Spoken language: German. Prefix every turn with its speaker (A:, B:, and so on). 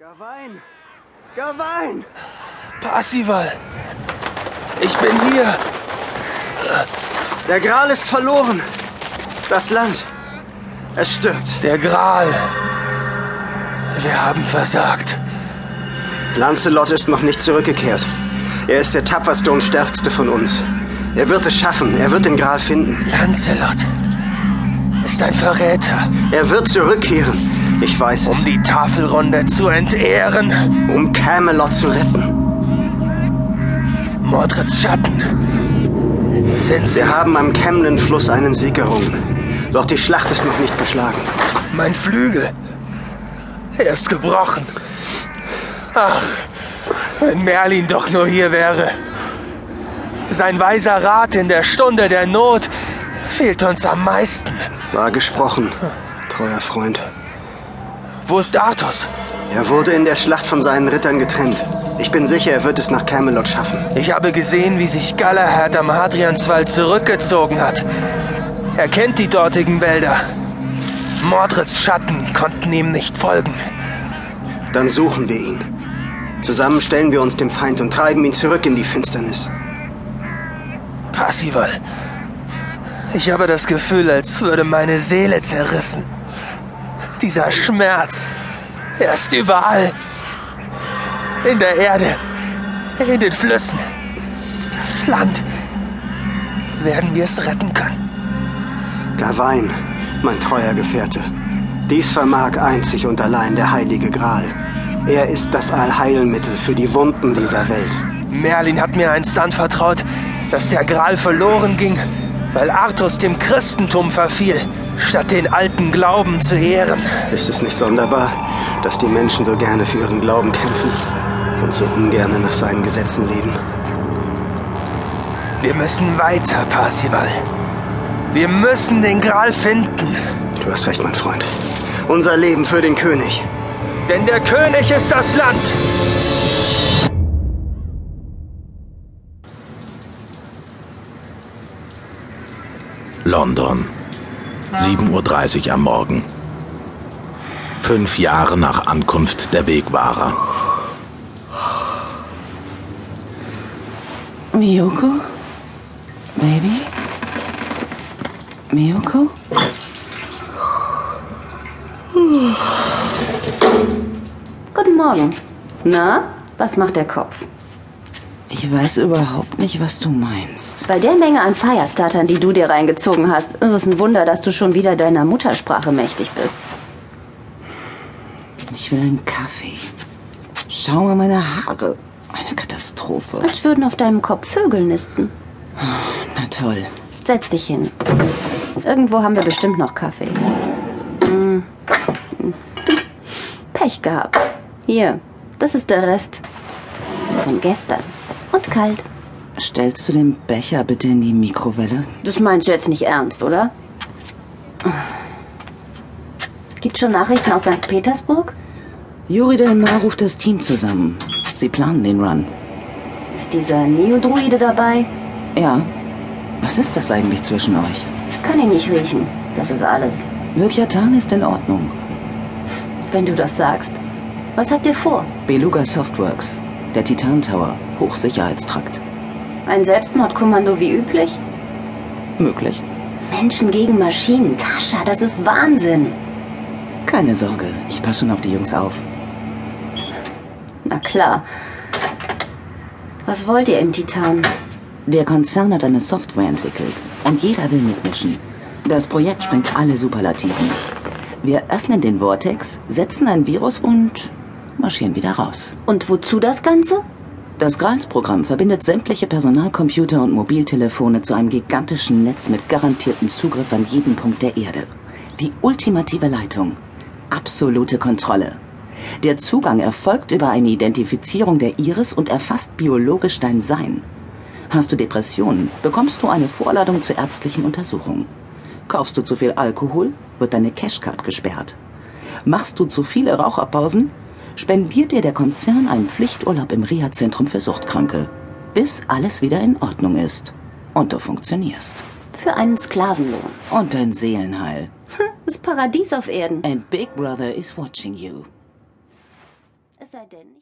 A: Gawain! Gawain!
B: Parsival! Ich bin hier!
A: Der Gral ist verloren. Das Land. Es stirbt.
B: Der Gral! Wir haben versagt.
A: Lancelot ist noch nicht zurückgekehrt. Er ist der tapferste und stärkste von uns. Er wird es schaffen. Er wird den Gral finden.
B: Lancelot ist ein Verräter,
A: Er wird zurückkehren. Ich weiß
B: um
A: es.
B: die Tafelrunde zu entehren.
A: Um Camelot zu retten.
B: Mordreds Schatten sind sie.
A: Wir haben am Camden-Fluss einen Sieg errungen. Doch die Schlacht ist noch nicht geschlagen.
B: Mein Flügel. Er ist gebrochen. Ach, wenn Merlin doch nur hier wäre. Sein weiser Rat in der Stunde der Not fehlt uns am meisten.
A: War gesprochen, treuer Freund.
B: Wo ist Arthos?
A: Er wurde in der Schlacht von seinen Rittern getrennt. Ich bin sicher, er wird es nach Camelot schaffen.
B: Ich habe gesehen, wie sich Galahad am Hadrianswald zurückgezogen hat. Er kennt die dortigen Wälder. Mordreds Schatten konnten ihm nicht folgen.
A: Dann suchen wir ihn. Zusammen stellen wir uns dem Feind und treiben ihn zurück in die Finsternis.
B: Passival. Ich habe das Gefühl, als würde meine Seele zerrissen. Dieser Schmerz. Er ist überall. In der Erde. In den Flüssen. Das Land. Werden wir es retten können?
A: Gawain, mein treuer Gefährte. Dies vermag einzig und allein der heilige Gral. Er ist das Allheilmittel für die Wunden dieser Welt.
B: Merlin hat mir einst anvertraut, dass der Gral verloren ging, weil Artus dem Christentum verfiel, statt den alten Glauben zu ehren.
A: Ist es nicht sonderbar, dass die Menschen so gerne für ihren Glauben kämpfen und so ungerne nach seinen Gesetzen leben?
B: Wir müssen weiter, Parsival. Wir müssen den Gral finden,
A: Du hast recht, mein Freund. Unser Leben für den König.
B: denn der König ist das Land.
C: London. 7.30 Uhr am Morgen. Fünf Jahre nach Ankunft der Wegwahrer.
D: Miyoko? Baby? Miyoko?
E: Guten Morgen. Na, was macht der Kopf?
D: Ich weiß überhaupt nicht, was du meinst.
E: Bei der Menge an Firestartern, die du dir reingezogen hast, ist es ein Wunder, dass du schon wieder deiner Muttersprache mächtig bist.
D: Ich will einen Kaffee. Schau mal meine Haare. Eine Katastrophe.
E: Als würden auf deinem Kopf Vögel nisten.
D: Na toll.
E: Setz dich hin. Irgendwo haben wir bestimmt noch Kaffee. Hm. Pech gehabt. Hier, das ist der Rest von gestern. Und kalt.
D: Stellst du den Becher bitte in die Mikrowelle?
E: Das meinst du jetzt nicht ernst, oder? Gibt schon Nachrichten aus St. Petersburg?
D: Juri Delmar ruft das Team zusammen. Sie planen den Run.
E: Ist dieser Neodruide dabei?
D: Ja. Was ist das eigentlich zwischen euch?
E: Kann ihn nicht riechen. Das ist alles.
D: Leviathan ist in Ordnung.
E: Wenn du das sagst. Was habt ihr vor?
D: Beluga Softworks. Der Titan Tower. Hochsicherheitstrakt.
E: Ein Selbstmordkommando wie üblich?
D: Möglich.
E: Menschen gegen Maschinen. Tascha, das ist Wahnsinn.
D: Keine Sorge, ich passe schon auf die Jungs auf.
E: Na klar. Was wollt ihr im Titan?
D: Der Konzern hat eine Software entwickelt und jeder will mitmischen. Das Projekt sprengt alle Superlativen. Wir öffnen den Vortex, setzen ein Virus und marschieren wieder raus.
E: Und wozu das Ganze?
D: Das Grals-Programm verbindet sämtliche Personalcomputer und Mobiltelefone zu einem gigantischen Netz mit garantiertem Zugriff an jeden Punkt der Erde. Die ultimative Leitung. Absolute Kontrolle. Der Zugang erfolgt über eine Identifizierung der Iris und erfasst biologisch dein Sein. Hast du Depressionen, bekommst du eine Vorladung zur ärztlichen Untersuchung. Kaufst du zu viel Alkohol, wird deine Cashcard gesperrt. Machst du zu viele Raucherpausen, spendiert dir der Konzern einen Pflichturlaub im Reha-Zentrum für Suchtkranke, bis alles wieder in Ordnung ist und du funktionierst.
E: Für einen Sklavenlohn.
D: Und dein Seelenheil.
E: Das Paradies auf Erden.
D: And Big Brother is watching you.
E: Es sei denn, ich